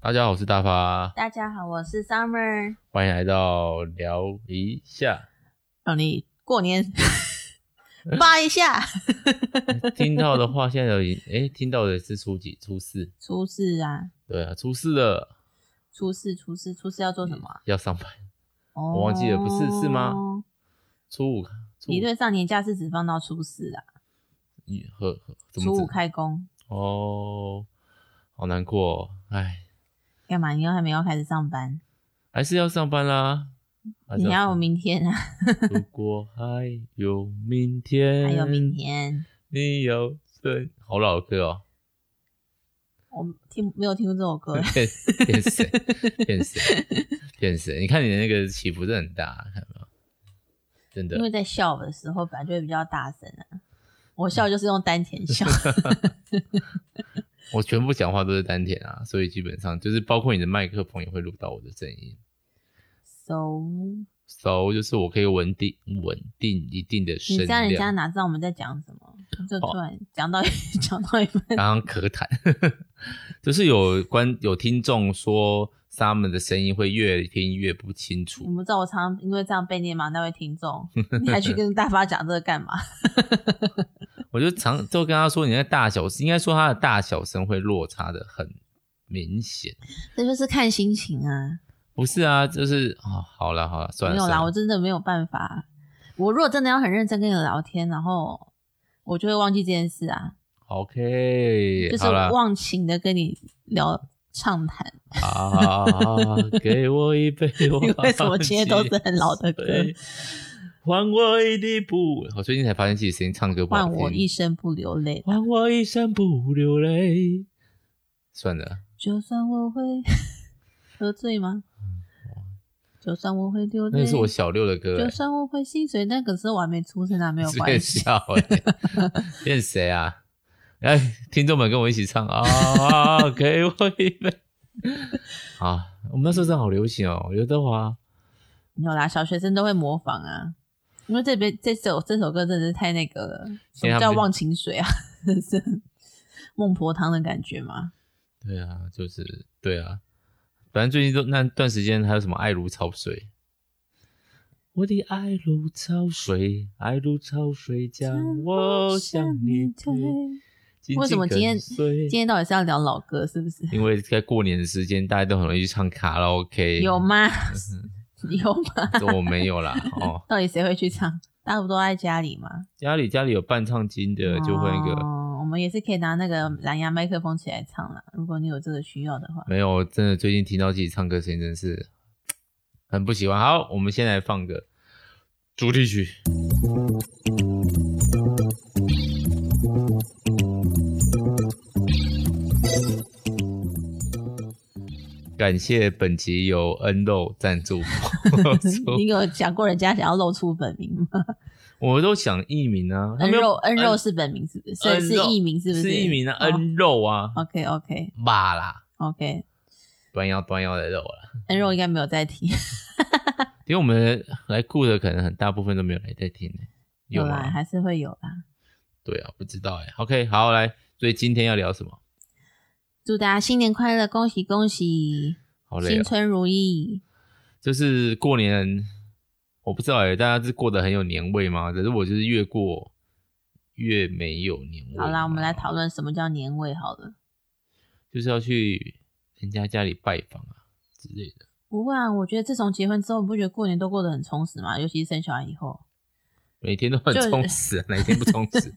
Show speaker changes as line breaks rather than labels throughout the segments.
大家好，我是大发，
大家好，我是 Summer，
欢迎来到聊一下。哦
让你过 年扒一下。
听到的话，现在有已 哎，听到的是初几？初四。
初四啊，
对啊，初四了，
初四，初四，初四要做什么啊、
要上班。
哦
嗯我忘记了不是是吗？初五，初
你
五
对上年假是只放到初四啊，
一呵呵，怎
初
么
五
指？
开工
哦，好难过、哦，哎，
干嘛？你又还没有开始上班？
还是要上班啦。还是
你要有
上
明天啊，
如果还有明天，
还有明，天，
你有真好老的歌哦，。
我听没有听过这首歌
骗骗谁？骗谁？骗谁？你看你的那个起伏是很大，啊看到没有？真
因为
的，
在笑的时候本来就会比较大声啊，我笑就是用丹 田笑，
我全部讲话都是丹田啊，所以基本上就是包括你的麦克风也会录到我的声音。
so
所以就是我可以稳定稳定一定的
你
声
这样人家
量，
哪知道我们在讲什么？就突然讲到 讲到一半，
刚刚咳痰， 就是有观有听众说他们的声音会越听越不清楚
你，不知道我常常因为这样被念吗？那位听众， 你还去跟大发讲这个干嘛？嗯
我就常都跟他说，你那大小应该说他的大小声会落差的很明显。
这就是看心情啊。
不是啊，就是哦，好了好了，算
没
了
有
算
啦，
了
我真的没有办法。我如果真的要很认真跟你聊天，然后我就会忘记这件事啊，
，OK，
就是
好了，
忘情的跟你聊 畅谈。
啊，给我一 杯我
你为什么今天都是很老的歌？
还我一滴不，我最近才发现自己声音唱歌不好
换
听。
我一生不流泪，
还我一生不流泪。算了，
就算 我会喝醉吗？就算我会流
那
泪，
个是我小六的歌、
就
欸，
算我会心碎，那个时候我还没出生啊，没有
直接
关系。
笑 欸变谁啊？哎，听众们跟我一起唱啊！给我一杯 啊！我们那时候真的好流行哦，刘德华
有啦，小学生都会模仿啊，因为这边这首这首歌真的是太那个了，什
因为他们
么叫
就
忘情水啊？ 是孟婆汤的感觉吗？
对啊，就是对啊，反正最近都那段时间还有什么爱如潮水，我的爱如潮水，爱如潮水将我向你推。紧
为什
紧
么今天
跟随
今天到底是要聊老歌是不是？
因为在过年的时间，大家都很容易去唱卡拉 OK。
有？吗？有吗？
这我没有啦。哦，
到底谁会去唱？大家不都在家里吗？
家里家里有伴唱金的，就会那个、
哦，我们也是可以拿那个蓝牙麦克风起来唱啦。如果你有这个需要的话，
没有。真的，最近听到自己唱歌声音真是很不喜欢。好，我们先来放个主题曲。感谢本集由恩肉赞 助 播出
你有讲过人家想要露出本名吗？
我都想艺名啊，他
恩
没有
肉恩肉是本名是不是？
恩
是是
肉
艺名是不
是艺名啊，
哦
恩肉啊，
OK OK
爸啦，
OK，
端腰端腰的肉啊啦。
恩肉应该没有在听，
因为我们来顾的可能很大部分都没有来在听呢、有
啦，
吗？
还是会有啦。
对啊，不知道哎、OK，好来，所以今天要聊什么？
祝大家新年快乐，恭喜恭喜，
好累
新
啊、
春如意。
就是过年，我不知道哎、大家是过得很有年味吗？可是我就是越过越没有年味。
好啦，我们来讨，论什么叫年味好了。
就是要去人家家里拜访啊之类的。
不会啊，我觉得自从结婚之后，你不觉得过年都过得很充实吗？尤其是生小孩以后，
每天都很
就
充实、啊，哪一天不充 实？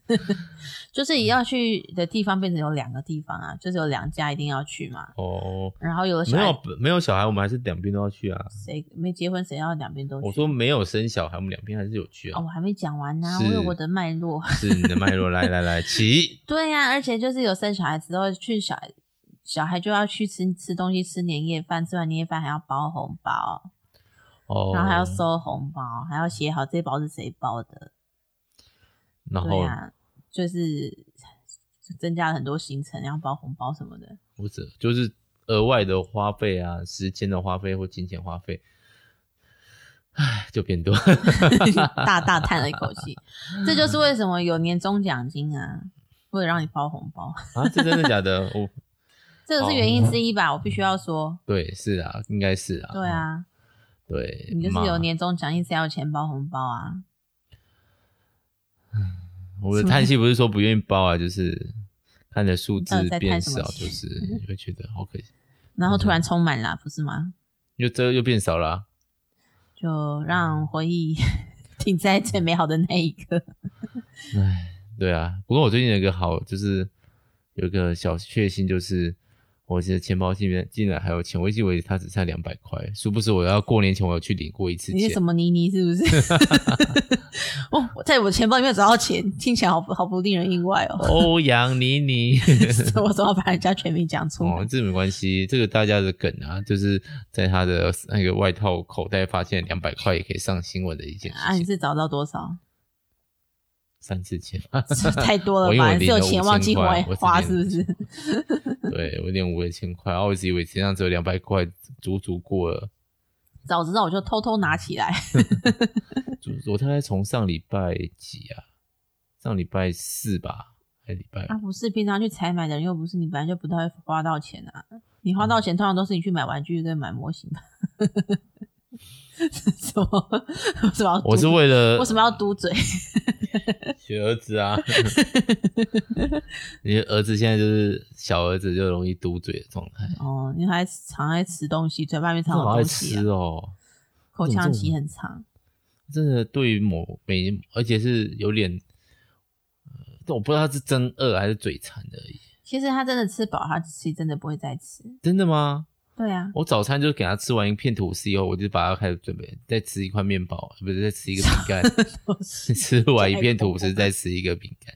就是
嗯
也要去的地方变成有两个地方啊，就是有两家一定要去嘛。
哦，
然后有的小
没
孩
有没有小孩，我们还是两边都要去啊。
谁没结婚，谁要两边都去。
我说没有生小孩，我们两边还是有去啊。
哦，我还没讲完呢、
是
我有我的脉络。
是你的脉络，来来来，起。
对呀、而且就是有生小孩之后，去小孩小孩就要去吃吃东西，吃年夜饭，吃完年夜饭还要包红包，
哦，
然后还要，收红包，还要写好这包是谁包的。
然
对啊
后
呀、就是就增加了很多行程，然后包红包什么的。
或者就是额外的花费啊，时间的花费或金钱花费，唉，就变多。
大大叹了一口气，这就是为什么有年终奖金啊，为了让你包红包。
啊，这真的假的？我
这个是原因之一吧？我必须要说，
对，是啊，应该是啊。
对，啊，
对，
你就是
妈
有年终奖，一直要有钱包红包啊。
我的叹息不是说不愿意包啊，就是看着数字
你到底在
变
叹什么
少，
气
就是你会觉得好可惜，
然
嗯
后突然充满了，不是吗？
又这又变少了啊、
就让回忆 停在最美好的那一刻。
唉，对啊。不过我最近有一个好，就是有一个小确幸，就是我现在钱包里面竟然还有钱，我一直以为它只差两百块，殊不知我要过年前我要去领过一次
你是什
钱。
么妮妮？是不是？ 哦，我在我钱包里面找到钱，听起来好不好不令人意外 哦。
欧阳妮 妮，
我怎么把人家全名讲出来？
哦，这没关系，这个大家的梗啊，就是在他的那个外套口袋发现两百块也可以上新闻的一件事
啊，
情，
你是找到多 少？
三四千。
是太多
我
了
因为
吧？
我
你是
领了
有钱忘记
5000块
还
我
花
之
是
前
不是？
对，我领五千块，然后我一直以为身上只有两百块，足足过了。
早知道我就偷偷拿起来。
足我大概从上礼拜几啊？上礼拜四吧，还是礼拜五？
啊，不是，平常去采买的人又不是你，本来就不太会花到钱啊。你花到钱，通常都是你去买玩具跟买模型吧。 什么？ 为什么要嘟？
我是为了
为什么要 嘟嘴？
学儿子 啊？你的儿子现在就是小儿子，就容易嘟嘴的状态，
哦，你还常爱吃东西，嘴巴里面
他
藏有
爱
东西、啊
吃，哦。
口
怎么这
腔
么
期很长。
真的对于某每，而且是有点，呃但我不知道他是真饿还是嘴馋而已。
其实他真的吃饱，他其实真的不会再吃。
真的吗？
对啊，
我早餐就给他吃完一片吐司以后，我就把他开始准备再吃一块面包，不是再吃一个饼干。 吃完一片吐司，再吃一个饼干，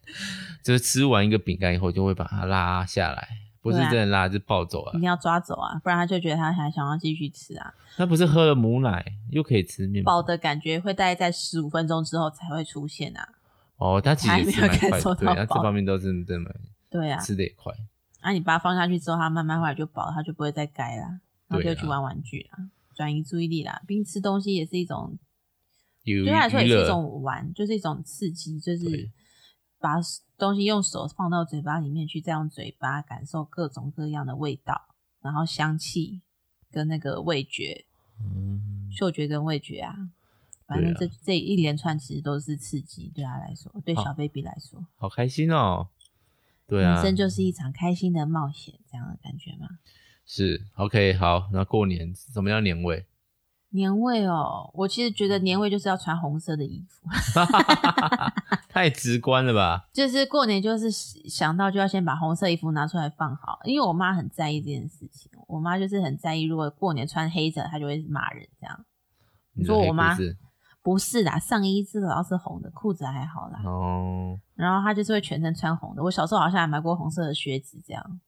就是吃完一个饼干以后，就会把它拉下来，不是
对啊
真的拉，是抱走啊
一定。要抓走啊，不然他就觉得他还想要继续吃啊。
那不是喝了母奶又可以吃面包
饱的感觉会大概在十五分钟之后才会出现啊。
哦，他其实也是
还没
蛮
有
快
感受
的，
到
对，他这
饱
方面都是真的
对啊
蛮，吃的也快。
啊，你把它放下去之后，它慢慢后来就饱了，它就不会再该啦，然后
对
就
啊
去玩玩具啦，转移注意力啦。毕竟吃东西也是一种，
有
对它来说也
娱
是一
乐，
种玩，就是一种刺激，就是
对
把东西用手放到嘴巴里面去，再用嘴巴感受各种各样的味道，然后香气跟那个味觉、
嗯，
嗅觉跟味觉啊。反正这、
对
这一连串其实都是刺激，对他来说，对
好
小 baby 来说，
好开心哦。对啊
人，生就是一场开心的冒险，这样的感觉嘛。
是 OK 好。那过年怎么样年味？
年味哦，我其实觉得年味就是要穿红色的衣服，
太直观了吧？
就是过年就是想到就要先把红色衣服拿出来放好，因为我妈很在意这件事情，我妈就是很在意，如果过年穿黑色，她就会骂人这样。你
的
说
黑
我妈
故事
不是啦，上衣至少是红的，裤子还好啦，
哦，
然后她就是会全身穿红的。我小时候好像还买过红色的靴子，这样。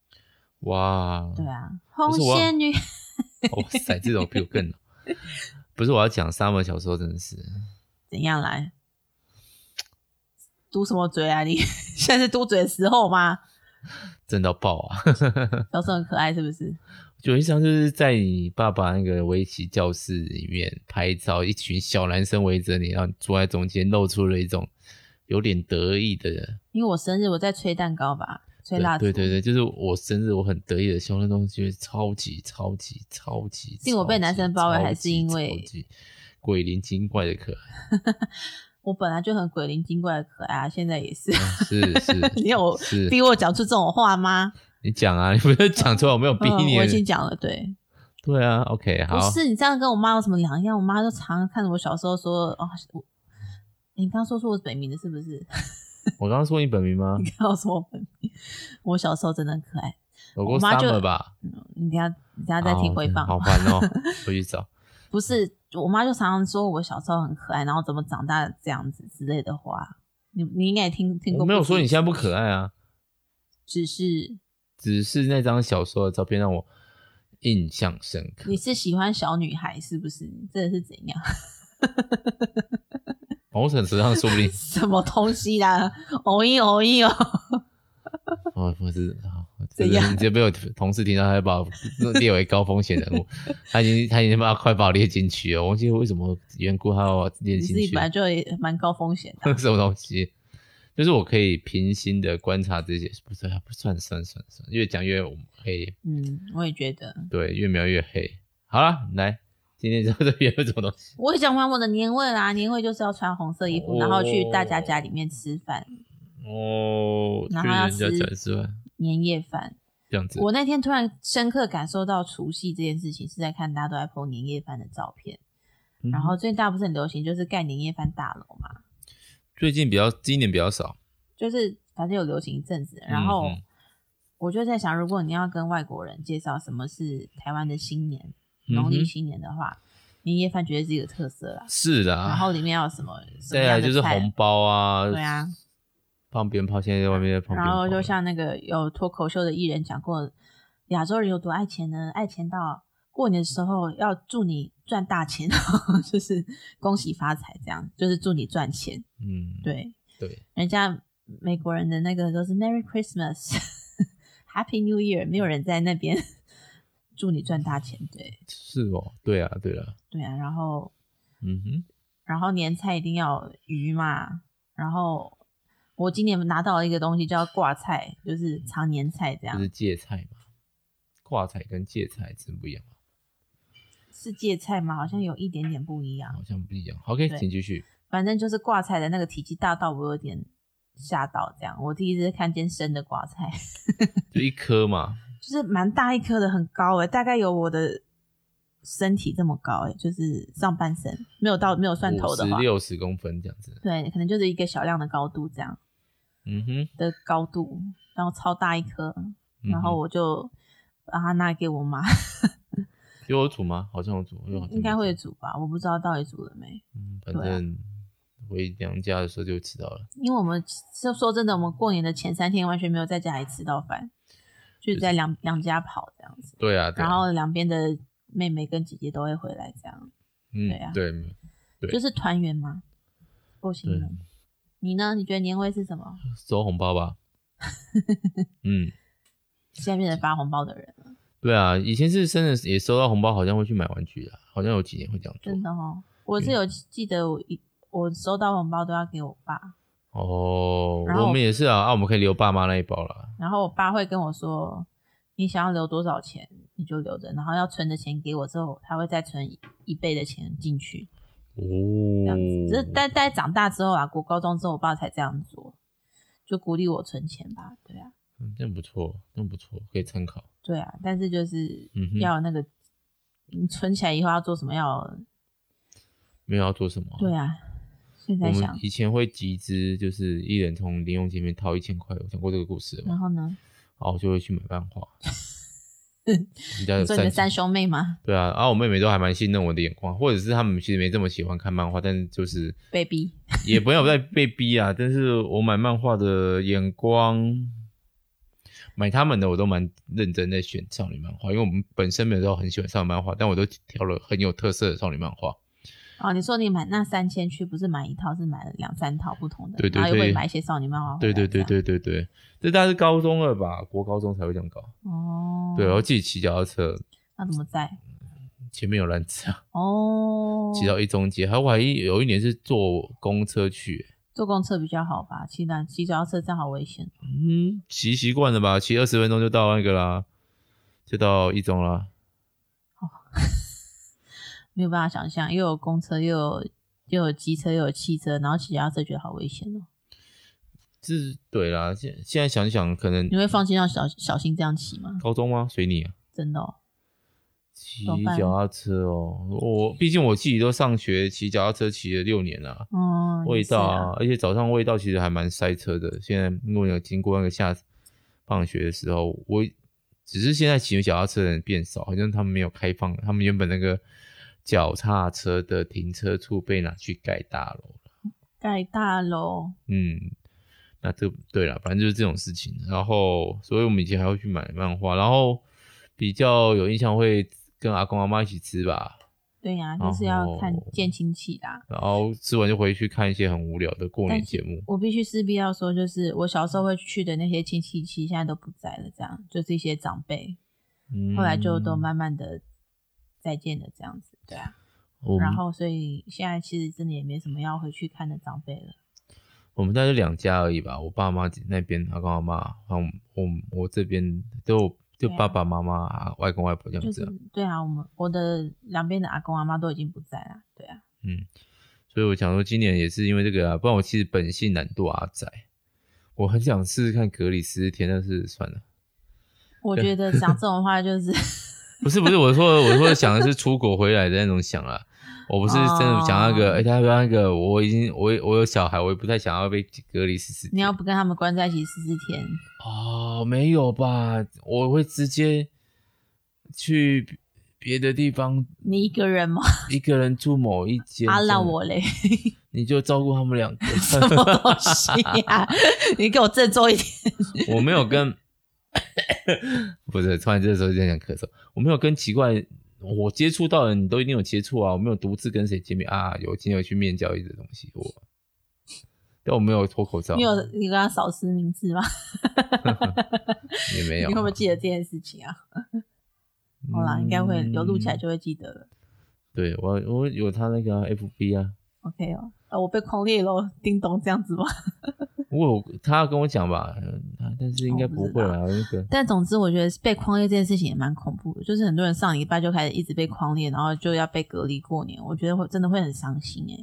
哇，
对啊，红
不是我要
仙女，
哇塞，这种比我更老。不是我要讲 Summer 小时候真的是，
怎样来？嘟什么嘴啊你？ 现在是嘟嘴的时候吗？
震到爆啊！
小时候很可爱是不是？
有一张就是在你爸爸那个围棋教室里面拍照，一群小男生围着你，然后你坐在中间，露出了一种有点得意的，
因为我生日，我在吹蛋糕吧，吹
对
蜡烛。
对对对，就是我生日我很得意的笑，那东西超级超级超级，
是因为我被
超级
男生包围
超级
还是因为
超级鬼灵精怪的可爱？
我本来就很鬼灵精怪的可爱啊，现在 也是。
是是，
你有
是
逼我讲出这种话吗？
你讲啊，你不是讲出来，我没有 逼
嗯
你，
我已经讲了，对，
对啊，OK，好
不，是你这样跟我妈有什么两样？我妈就常常看着我小时候说，哦，我你刚说出我本名的是不是？
我刚刚说你本名吗？
你刚刚说我本名，我小时候真的很可爱。
我过
我妈就
Summer 吧，
嗯你等一下你等一下再听
哦
回
真的
放。
好烦 哦，回去找。
不是，我妈就常常说我小时候很可爱，然后怎么长大这样子之类的话。你你应该也听听过。
我没有说你现在不可
爱，
爱啊，
只是
只是那张小时候的照片让我印象深刻
你。是喜欢小女孩是不是？这是怎样？，
某种程度上说不定
什么东西 啦？哦一哦一哦，
哦，不是啊，这
怎
个
样
你这被我同事听到，他就把我列为高风险 人物，他已经他已经把快把我列进去了，我忘记为什么缘故他要把我列
你自
进
己
去
本，来就也蛮高风险的啊、
什么东西？就是我可以平心的观察这些，不是啊不算算算算，越讲越黑，
嗯，我也觉得。
对，越描越黑。好了，来，今天就这边有什么东西？
我也讲完我的年味啦，年味就是要穿红色衣服，然后去大家家里面吃饭，
哦，去
然后要
人家
吃
家里吃饭
年夜饭。
这样子，
我那天突然深刻感受到除夕这件事情，是在看大家都在 po 年夜饭的照片，
嗯
然后最近大家不是很流行就是盖年夜饭大楼嘛，
最近比较今年比较少，
就是反正有流行一阵子，然后
嗯
我就在想，如果你要跟外国人介绍什么是台湾的新年，
嗯哼
农历新年的话，年夜饭绝对是一个特色啦。
是的啊，
然后里面要有什么？什
再
么
来
样
就是
的菜
红包啊，
对啊，
放鞭炮，现在在外面在放鞭
然
炮，
后就像那个有脱口秀的艺人讲过，亚洲人有多爱钱呢？爱钱到过年的时候要祝你赚大钱， 就是恭喜发财，这样就是祝你赚钱。
嗯，
对，
对，
人家美国人的那个都是 Merry Christmas，Happy New Year，没有人在那边 祝你赚大钱。对，
是哦，对啊，对啊，
对啊，然后
嗯哼，
然后年菜一定要有鱼嘛，然后。我今年拿到了一个东西叫挂菜，就是常年菜这样
就。是芥菜嘛，挂菜跟芥菜真不一样嘛，
是芥菜吗？好像有一点点不一样。
好像不一样。OK，
对
请继续。
反正就是挂菜的那个体积大到我有点吓到，这样我第一次看见生的挂菜，
就一颗嘛，
就是蛮大一颗的，很高诶、大概有我的身体这么高诶、就是上半身，没有到没有算头
五
的
十
话，
六十公分这样子。
对，可能就是一个小量的高度这样
嗯哼，
的高度，然后超大一颗，
嗯
然后
哼
我就把它拿给我妈，
有我煮吗？好像有煮，因为好像
嗯应该
没
会
煮。
煮吧，我不知道到底煮了没。
嗯，反
对啊
正回娘家的时候就吃到了。
因为我们说说真的，我们过年的前三天完全没有在家里吃到饭，就是在两两家跑这样子，
对啊，对啊
然后两边的妹妹跟姐姐都会回来，这样
嗯
对啊，
对，没有对
就是团圆嘛，过新
对，
年。你呢？你觉得年味是什么？
收红包吧。嗯，
现在变成发红包的人了，
对啊，以前是真的也收到红包，好像会去买玩具啊，好像有几年会这样做
真。的哦。我
嗯
是有记得我一我收到红包都要给我爸，
哦，
然后
我们也是啊，啊，我们可以留爸妈那一包啦。
然后我爸会跟我说，你想要留多少钱你就留着，然后要存的钱给我之后，他会再存一一倍的钱进去。
哦
这样子。
嗯
只是待待长大之后啊，国高中之后，我爸才这样做，就鼓励我存钱吧。对啊，
嗯，这样不错，这样不错，可以参考。
对啊，但是就是
嗯哼
要有那个，你存起来以后要做什么要有？
没有要做什么、
对啊，现在
我
想
们，以前会集资，就是一人从零用钱里面掏一千块，我讲过这个故事了嘛，
然后呢？
然后就会去买漫 画。人家有
嗯你说你的三
三
兄妹吗
对啊，然、后我妹妹都还蛮信任我的眼光，或者是他们其实没这么喜欢看漫画，但是就是
？baby，
也不要 再被逼啊。但是我买漫画的眼光，买他们的我都蛮认真在选少女漫画，因为我们本身没有到很喜欢少女漫画，但我都挑了很有特色的少女漫画。
哦，你说你买那三千去，不是买一套，是买了两三套不同的，
对对
然后又
对
会买一些少女漫画，
对对对，对对对，这大概是高中了吧，国高中才会这样搞。
哦，
对，然后自己骑脚踏车，
那怎么在？
前面有篮子啊，
哦，
骑到一中街，还有我还一有一年是坐公车去、
坐公车比较好吧，骑单骑脚踏车这样好危险。
嗯，骑习惯了吧，骑二十分钟就到那个啦，就到一中啦。
没有办法想象，又有公车，又有又有机车，又有汽车，然后骑脚踏车觉得好危险哦。
这对啦，现现在想想，可能
你会放心让小小新这样骑吗？
高中吗？随你啊，
真的哦，
骑
怎么办
脚踏车哦，我毕竟我自己都上学骑脚踏车骑了六年啦、
嗯，
味
也是
道
啊，，
而且早上味道其实还蛮塞车的。现在因为我有经过那个下放学的时候，我只是现在骑脚踏车的人变少，好像他们没有开放，他们原本那个脚踏车的停车处被拿去盖大楼了。
盖大楼，
嗯，那这对了，反正就是这种事情。然后，所以我们以前还会去买漫画，然后比较有印象会跟阿公阿妈一起吃吧，
对呀、就是要看
然后
见亲戚啦。
然后吃完就回去看一些很无聊的过年
但是
节目。
我必须势必要说，就是我小时候会去的那些亲戚，其实现在都不在了，这样就是一些长辈，
嗯
后来就都慢慢的再见了，这样子，对啊。
我们
然后所以现在其实真的也没什么要回去看的长辈了。
我们大概就两家而已吧，我爸妈那边，阿公阿妈，还有我我这边都就
对啊
爸爸妈妈、啊、外公外婆这
就
样子、
是
啊，
对啊，我们我的两边的阿公阿妈都已经不在了，对啊，
嗯，所以我想说今年也是因为这个啊，不然我其实本性懒惰阿仔，我很想试试看隔离十四天，但是算了，
我 觉得讲这种话就是
不是不是，我说我说想的是出国回来的那种想啦。我不是真的想那个，
哦
哎、他说那个，我已经我我有小孩，我也不太想要被隔离十四天。
你要不跟他们关在一起十四天，
哦，没有吧？我会直接去别的地方，
你一个人吗？
一个人住某一间。
啊，
真的
让我 嘞，
你就照顾他们两个。
什么东西呀、 你给我振作一点。
我没有 跟，不是突然这时候就想咳嗽，我没有跟奇怪我接触到的人，你都一定有接触啊，我没有独自跟谁见面啊，有今天有去面交易的东西，我，但我没有脱口罩，
你有你跟他扫实名制吗？
也没
你
有，
会不会记得这件事情啊？好啦，应该会有录起来
嗯
就会记得了。
对我我有他那个啊 FB 啊，
OK 哦，呃，我被框列咯，叮咚这样子吗？
我有他要跟我讲吧，嗯啊但是应该
哦不
不
知
会啊，那个
但总之，我觉得被框列这件事情也蛮恐怖的，就是很多人上礼拜就开始一直被框列，然后就要被隔离过年，我觉得会真的会很伤心哎、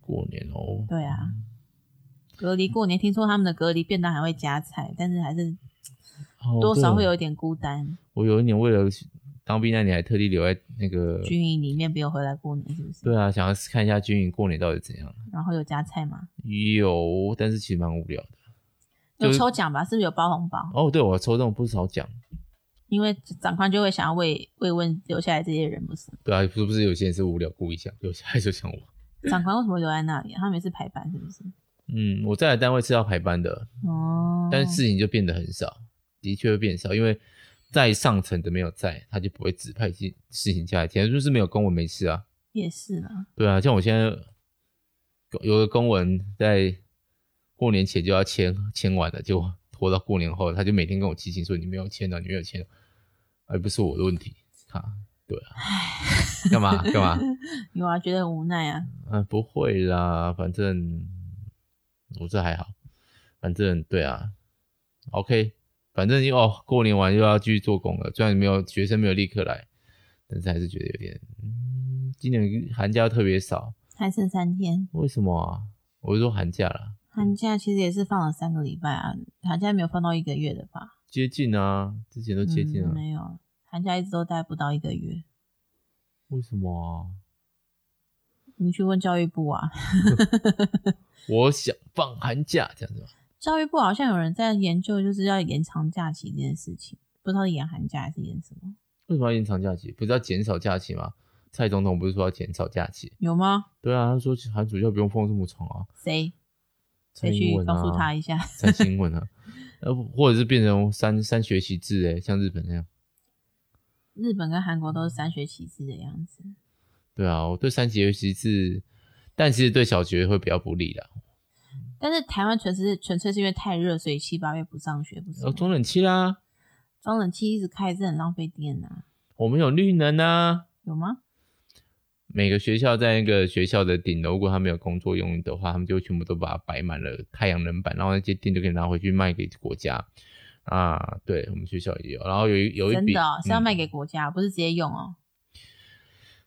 过年哦，
对啊，隔离过年，听说他们的隔离便当还会加菜，但是还是
哦
多少
对
会有一点孤单。
我有一年为了当兵那年还特地留在那个，
军营里面没有回来过年是不是？
对啊，想要看一下军营过年到底怎样。
然后有加菜吗？
有，但是其实蛮无聊的。就
有
是
抽奖吧？是不是有包红包？
哦，对，我抽中不少奖，
因为长官就会想要慰慰问留下来这些人，不是？
对啊，是不是有些人是无聊 故意想，有些人就想我。
长官为什么留在那里啊、他们也是排班是不是？
嗯，我在的单位是要排班的，
哦，
但事情就变得很少，的确会变少，因为在上层的没有在，他就不会指派一些事情下来，简直就是没有公文没事啊。
也是啦，
对啊，像我现在有个公文在过年前就要签签完了，结果拖到过年后，他就每天跟我提醒说你没有签到，你没有签到，而不是我的问题啊，对啊，干嘛干嘛？
有啊，觉得很无奈啊。
啊，不会啦，反正我这还好，反正对啊，OK，反正因为哦，过年完又要继续做工了，虽然没有学生没有立刻来，但是还是觉得有点，嗯，今年寒假特别少，
还剩三天，
为什么啊？我是说寒假啦，
寒假其实也是放了三个礼拜啊，寒假没有放到一个月的吧？
接近啊，之前都接近了，
嗯，没有，寒假一直都待不到一个月。
为什么啊？
你去问教育部啊，
我想放寒假这样子吧，
教育部好像有人在研究，就是要延长假期这件事情，不知道是延寒假还是延什么？
为什么要延长假期？不是要减少假期吗？蔡总统不是说要减少假期？
有吗？
对啊，他说寒暑假不用放这么长啊。
谁
蔡
谁
英
去
文啊
告诉他一下？
三星文啊，呃，或者是变成三三学期制诶，像日本那样。
日本跟韩国都是三学期制的样子。
对啊，我对三学期制，但其实对小学会比较不利啦。
但是台湾纯是纯粹是因为太热，所以七八月不上学，不是
然后
吗？
哦中冷期啦，
装冷气一直开是很浪费电呐、
我们有绿能啊。
有吗？
每个学校在那个学校的顶楼，如果他们有工作用的话，他们就全部都把它摆满了太阳能板，然后那些电就可以拿回去卖给国家。啊，对我们学校也有，然后有一有一
真
笔
的、哦、是要
嗯
卖给国家，不是直接用哦。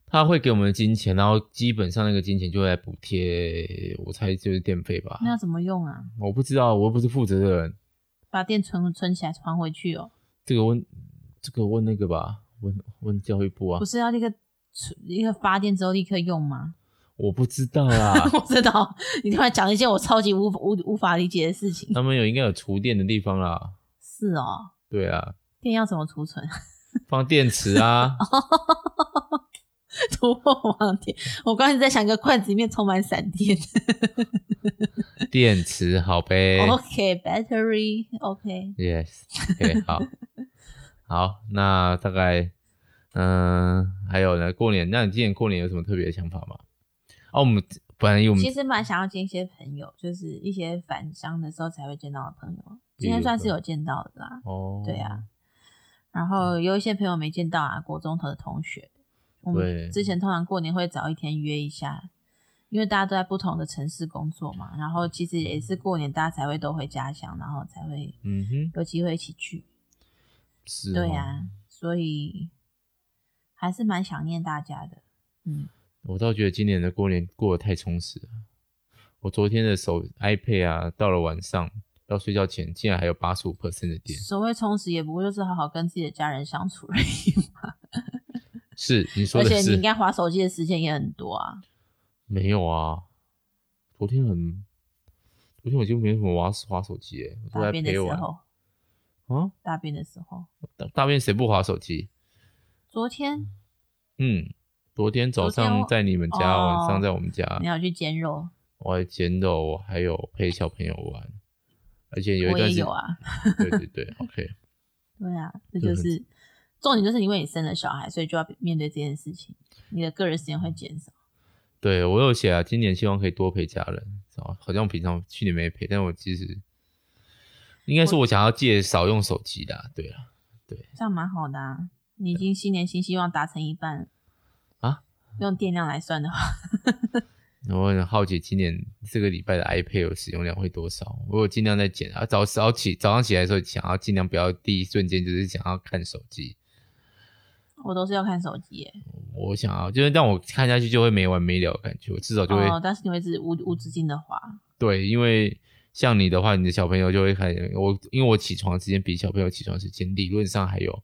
他会给我们金钱，然后基本上那个金钱就会来补贴，我猜就是电费吧。
那要怎么用啊？
我不知道，我又不是负责的人。
把电存存起来还回去哦，
这个问，这个问那个吧，问问教育部啊
不，是要立刻存立刻发电之后立刻用吗？ 。
我不知道啊啦
我知道你突然讲一些我超级无无无法理解的事情。
他们有应该有厨电的地方啦，
是哦，
对啊，
电要怎么储存？
放电池啊，
哦突破网点，我刚才在想一个罐子里面充满闪电。
电池好呗
哦 OK，battery OK，
，yes，OK，好， 好，那大概，嗯、还有呢，过年，那你今年过年有什么特别的想法吗？哦，我们本来我们
其实蛮想要见一些朋友，就是一些返乡的时候才会见到的朋友。
比如
今天算是有见到的啦，
哦，
对啊，然后
嗯
有一些朋友没见到啊，国中的同学，我
对
们之前通常过年会早一天约一下，因为大家都在不同的城市工作嘛，然后其实也是过年大家才会都回家乡，然后才会
嗯哼，
有机会一起聚。
是、哦，
对啊，所以还是蛮想念大家的。嗯，
我倒觉得今年的过年过得太充实了。我昨天的手 iPad 啊，到了晚上要睡觉前，竟然还有八十五 percent 的电。
所谓充实，也不过就是好好跟自己的家人相处而已嘛。
是你 说
而
的
且你
是
应该划手机的时间也很多啊。
没有啊？昨天很，昨天我就没什么玩滑手机、欸，我都
大
在
便的
陪
时
玩
候，
啊。
大便的时候，
大大便谁不滑手机？
昨天
嗯，昨天早
昨天
上
我
在你们家，
哦
晚上在我们家，
你要去煎肉，
我还捡到，我还有陪小朋友玩，而且有一
我
段
也
时
有啊。
对对对，OK，
对啊，这
对
就
很
是重点，就是因为你生了小孩，所以就要面对这件事情，你的个人时间会减少。
对我有写啊，今年希望可以多陪家人，哦好像平常去年没陪，但我其实应该是我想要戒少用手机的，对啊，
这样蛮好的啊。你已经新年新希望达成一半了
啊，
用电量来算的话，
我很好奇今年这个礼拜的 iPad 有使用量会多少，我有尽量在减啊，早早起早上起来的时候想要尽量不要第一瞬间就是想要看手机，
我都是要看手机耶。
我想要就是让我看下去就会没完没了的感觉，我至少就会、
哦，但是你会一直无无止境的滑，
对，因为像你的话，你的小朋友就会开始我，因为我起床时间比小朋友起床时间理论上还有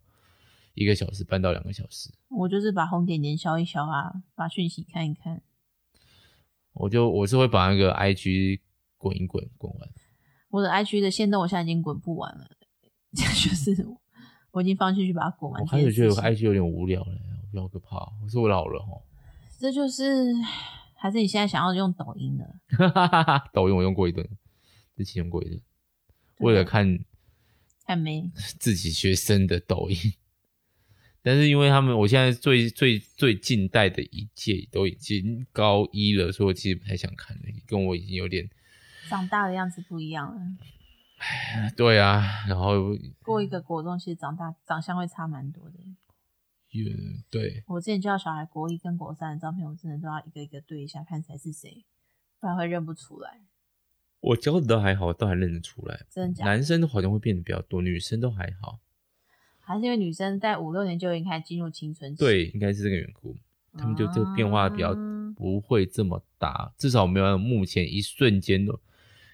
一个小时半到两个小时，
我就是把红点点消一消啊，把讯息看一看。
我就我是会把那个 IG 滚一滚滚完。
我的 IG 的线动我现在已经滚不完了， 就是我已经放弃去把它滚完
我
这
开
件
始
事情。
觉得 IG 有点无聊了，我比较可怕。我说我老了哦
这就是还是你现在想要用抖音的，
哈哈哈哈，抖音我用过一顿，之前用过一顿，为了看
看没？
自己学生的抖音。 但是因为他们，我现在最最最近代的一届都已经高一了，所以我其实不太想看了，跟我已经有点
长大的样子不一样了。
对啊，然后
过
嗯
一个国中，其实长大长相会差蛮多的。
也嗯对，
我之前教小孩国一跟国三的照片，我真的都要一个一个对一下，看谁是谁，不然会认不出来。
我教的都还好，都还认得出来。
真的假的？
男生好像会变得比较多，女生都还好。
还是因为女生在五六年就已经开始进入青春期，
对，应该是这个缘故，
啊，
他们就这个变化比较不会这么大，至少没有目前一瞬间的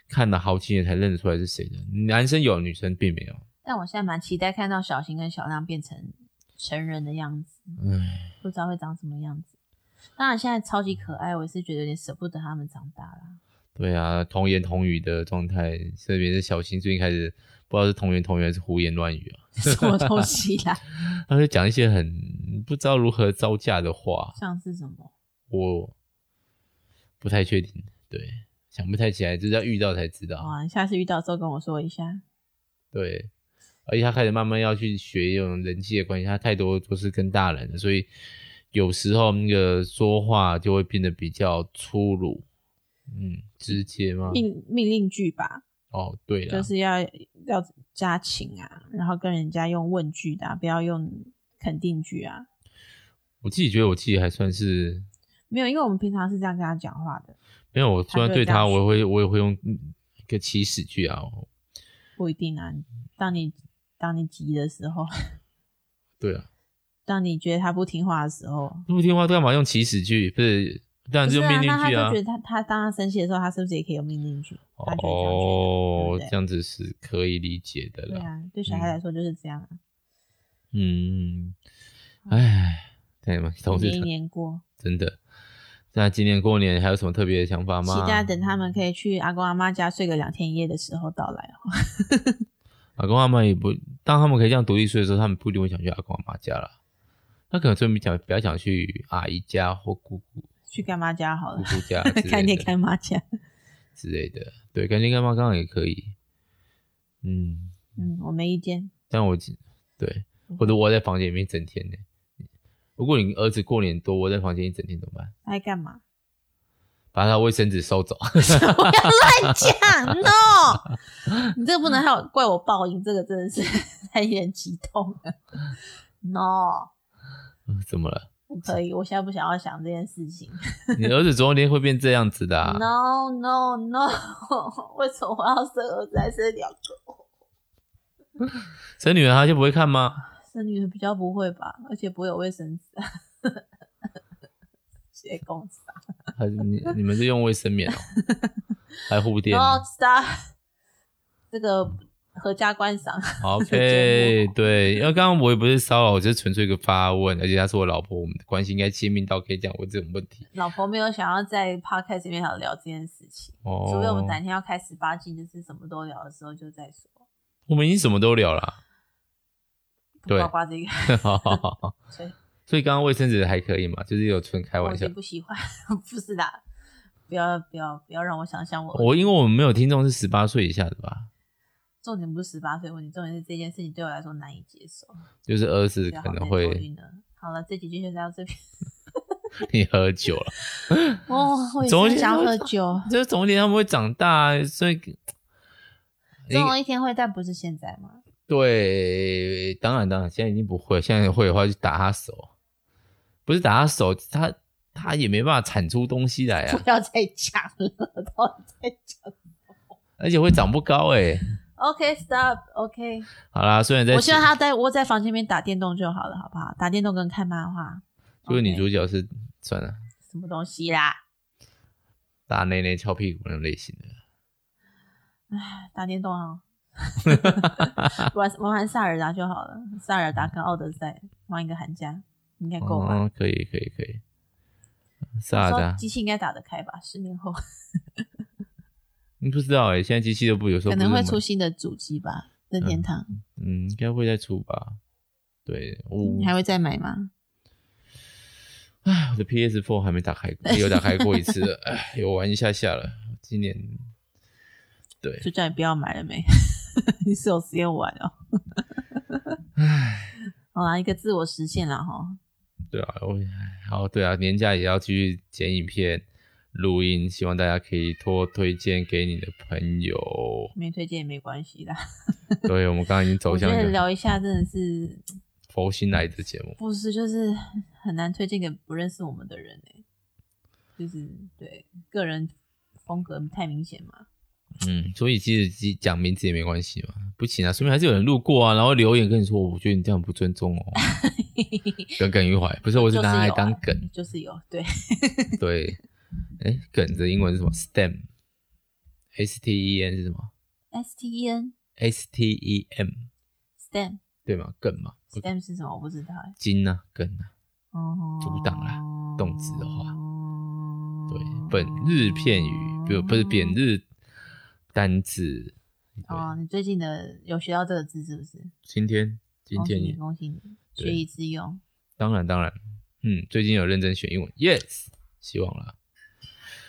看了好几眼才认得出来是谁的。男生有，女生并没有。
但我现在蛮期待看到小新跟小亮变成成人的样子，
唉，
不知道会长什么样子。当然，现在超级可爱，我也是觉得有点舍不得他们长大啦。
对啊，童言童语的状态，特别是小新最近开始不知道是童言童语还是胡言乱语啊，
什么东西啦？
他就讲一些很不知道如何招架的话。
像是什么？
我不太确定，对，想不太起来，就是要遇到才知道。
哇，啊下次遇到的时候跟我说一下。
对，而且他开始慢慢要去学一种人际的关系，他太多都是跟大人的，所以有时候那个说话就会变得比较粗鲁，嗯，直接吗？
命命令句吧，
哦，对了，
就是要要加情啊，然后跟人家用问句的啊、不要用肯定句啊。
我自己觉得我自己还算是
没有，因为我们平常是这样跟他讲话的，
没有，我虽然
他就
对
这样
他，
学
我也会我也会用嗯一个起始句啊，
不一定啊。当你当你急的时候，
对啊，
当你觉得他不听话的时候，
不听话干嘛用起始句？不是，当然
不
就是用
啊，
命令
那他
句
就觉得他他当他生气的时候，他是不是也可以有命令句？他就会这样觉得
哦
对不，对
这样子是可以理解的
对
啦。
啊，对小孩来说就是这样啊。
嗯，哎，对嘛，同
一
事
年一年过，
真的。那今年过年还有什么特别的想法
期
吗？
待等他们可以去阿公阿妈家睡个两天一夜的时候到来哦。
阿公阿妈也不，当他们可以这样独立睡的时候，他们不一定会想去阿公阿妈家了。他可能专门想比较想去阿姨家或姑姑
去干妈家好
姑
了，
姑家之类的
看店干妈家。
之类的。对，干爹干妈刚好也可以。嗯，
嗯，我没意见。
但我只对，或者窝在房间里面一整天呢。如果你儿子过年多窝在房间一整天怎么办？
他在干嘛？
把他的卫生纸收走。
不要乱讲，no！你 这个不能还有怪我报应，这个 真的是太有点激动了。no，
嗯怎么了？
不可以，我现在不想要想这件事情。
你儿子总有一天会变这样子的、啊。
No no no，为什么我要生儿子还生两个？
生女儿他就不会看吗？
生女儿比较不会吧，而且不会有卫生纸、啊。谢公司啊
还是你你们是用卫生棉哦，还护 垫哦
然后 star 这个合家观赏，
？OK，对，因为刚刚我也不是骚扰，我就是纯粹一个发问，而且她是我老婆，我们的关系应该亲密到可以讲过这种问题。
老婆没有想要在 podcast 里面想聊这件事情，
哦，
除非我们哪天要开十八禁，就是什么都聊的时候就再说，
我们已经什么都聊了。啊
不
对
包括这个，
好好好好
所以
所以刚刚卫生纸还可以嘛，就是有纯开
我
玩
已
笑
经。不喜欢， 不是的，不要不要不要让我想象我
我因为我们没有听众是十八岁以下的吧，
重点不是十八岁问题，重点是这件事情对我来说难以接受，
就是儿子
对，啊
可能
好再
会
说呢好了，这几句就到这边。
你喝酒了，
哦，我
总有
也
一
是
天
想
会
喝酒，
就是总有一天他们会长大，所以哎
总有一天会，但不是现在嘛。
对，当然当然，现在已经不会，现在会的话就打他手，不是打他手，他他也没办法产出东西来啊
不，要再讲了， 到底在讲。
而且会长不高哎、
OK，stop、OK，
好啦，虽然在
我希望他在窝在房间里面打电动就好了，好不好？打电动跟看漫画。
就是女
OK，
主角是算了，
什么东西啦？
大内内翘屁股那种类型的。
打电 动啊、玩玩玩塞尔达就好了，塞尔达跟奥德赛玩一个寒假应该够吧？
嗯，可以可以可以，
我
啥
说
的啊，
机器应该打得开吧？十年后
你不知道哎、现在机器都不有时候
可
不
能
是
会
那么
出新的主机吧？任天堂，
嗯，应该会再出吧。对，我
嗯你还会再买吗？
唉，我的 PS Four 还没打开 过，有打开过一次了，唉，有玩一下下了。今年对，
就叫你不要买 了没？你是有时间玩哦。好啦，一个自我实现了哈。
对啊，我好对啊，年假也要继续剪影片、录音，希望大家可以多推荐给你的朋友。
没推荐也没关系啦。
对，我们刚刚已经走
我觉
向
得
一个
聊一下真的是
佛心来的节目，
不是就是很难推荐给不认识我们的人哎、就是对个人风格太明显嘛。
嗯，所以其实讲名字也没关系嘛，不行啊，说明还是有人路过啊，然后留言跟你说，我觉得你这样不尊重 哦，耿耿于怀，不是，我是
就是
拿来
有啊啊
当梗，
就是有对
对，哎，梗的英文是什么？stem，s t e n 是什么
S T E N
？s t e m
STEM
对吗？梗嘛，
STEM 是什么？我不知道哎、
金啊，梗啊。
哦，
阻挡啦动词的话
话
对，本日片语，不不是本日单字。对，
哦，你最近的有学到这个字是不是？
今天今
恭喜
天
你，
也
恭喜你，
对
学以致用。
当然当然，嗯，最近有认真学英文，yes，希望啦。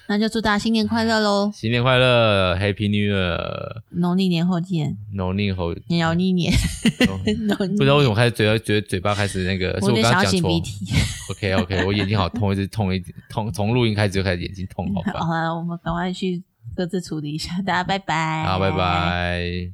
那就祝大家新年快乐 喽！
新年快乐，Happy New Year，
农历年后见，
农历猴。
鸟历年，
农
农历
不知道为什么开始嘴觉得嘴巴开始那 个，是
有
我
点
刚
想
刚
要
讲
擤
错
鼻。涕。
OK OK，我眼睛好痛，一直痛一直痛，从录音开始就开始眼睛痛，好
好 啊
吧？
了，我们赶快去各自处理一下，大家拜拜。
好，拜。拜。